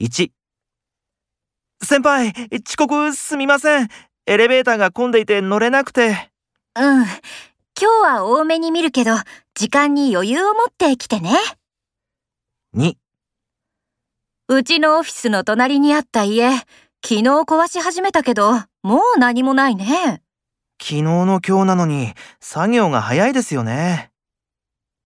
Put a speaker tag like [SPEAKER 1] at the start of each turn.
[SPEAKER 1] 1先輩遅刻すみませんエレベーターが混んでいて乗れなくて
[SPEAKER 2] うん。今日は多めに見るけど、時間に余裕を持って来てね。
[SPEAKER 1] 2
[SPEAKER 2] うちのオフィスの隣にあった家、昨日壊し始めたけど、もう何もないね。
[SPEAKER 1] 昨日の今日なのに作業が早いですよね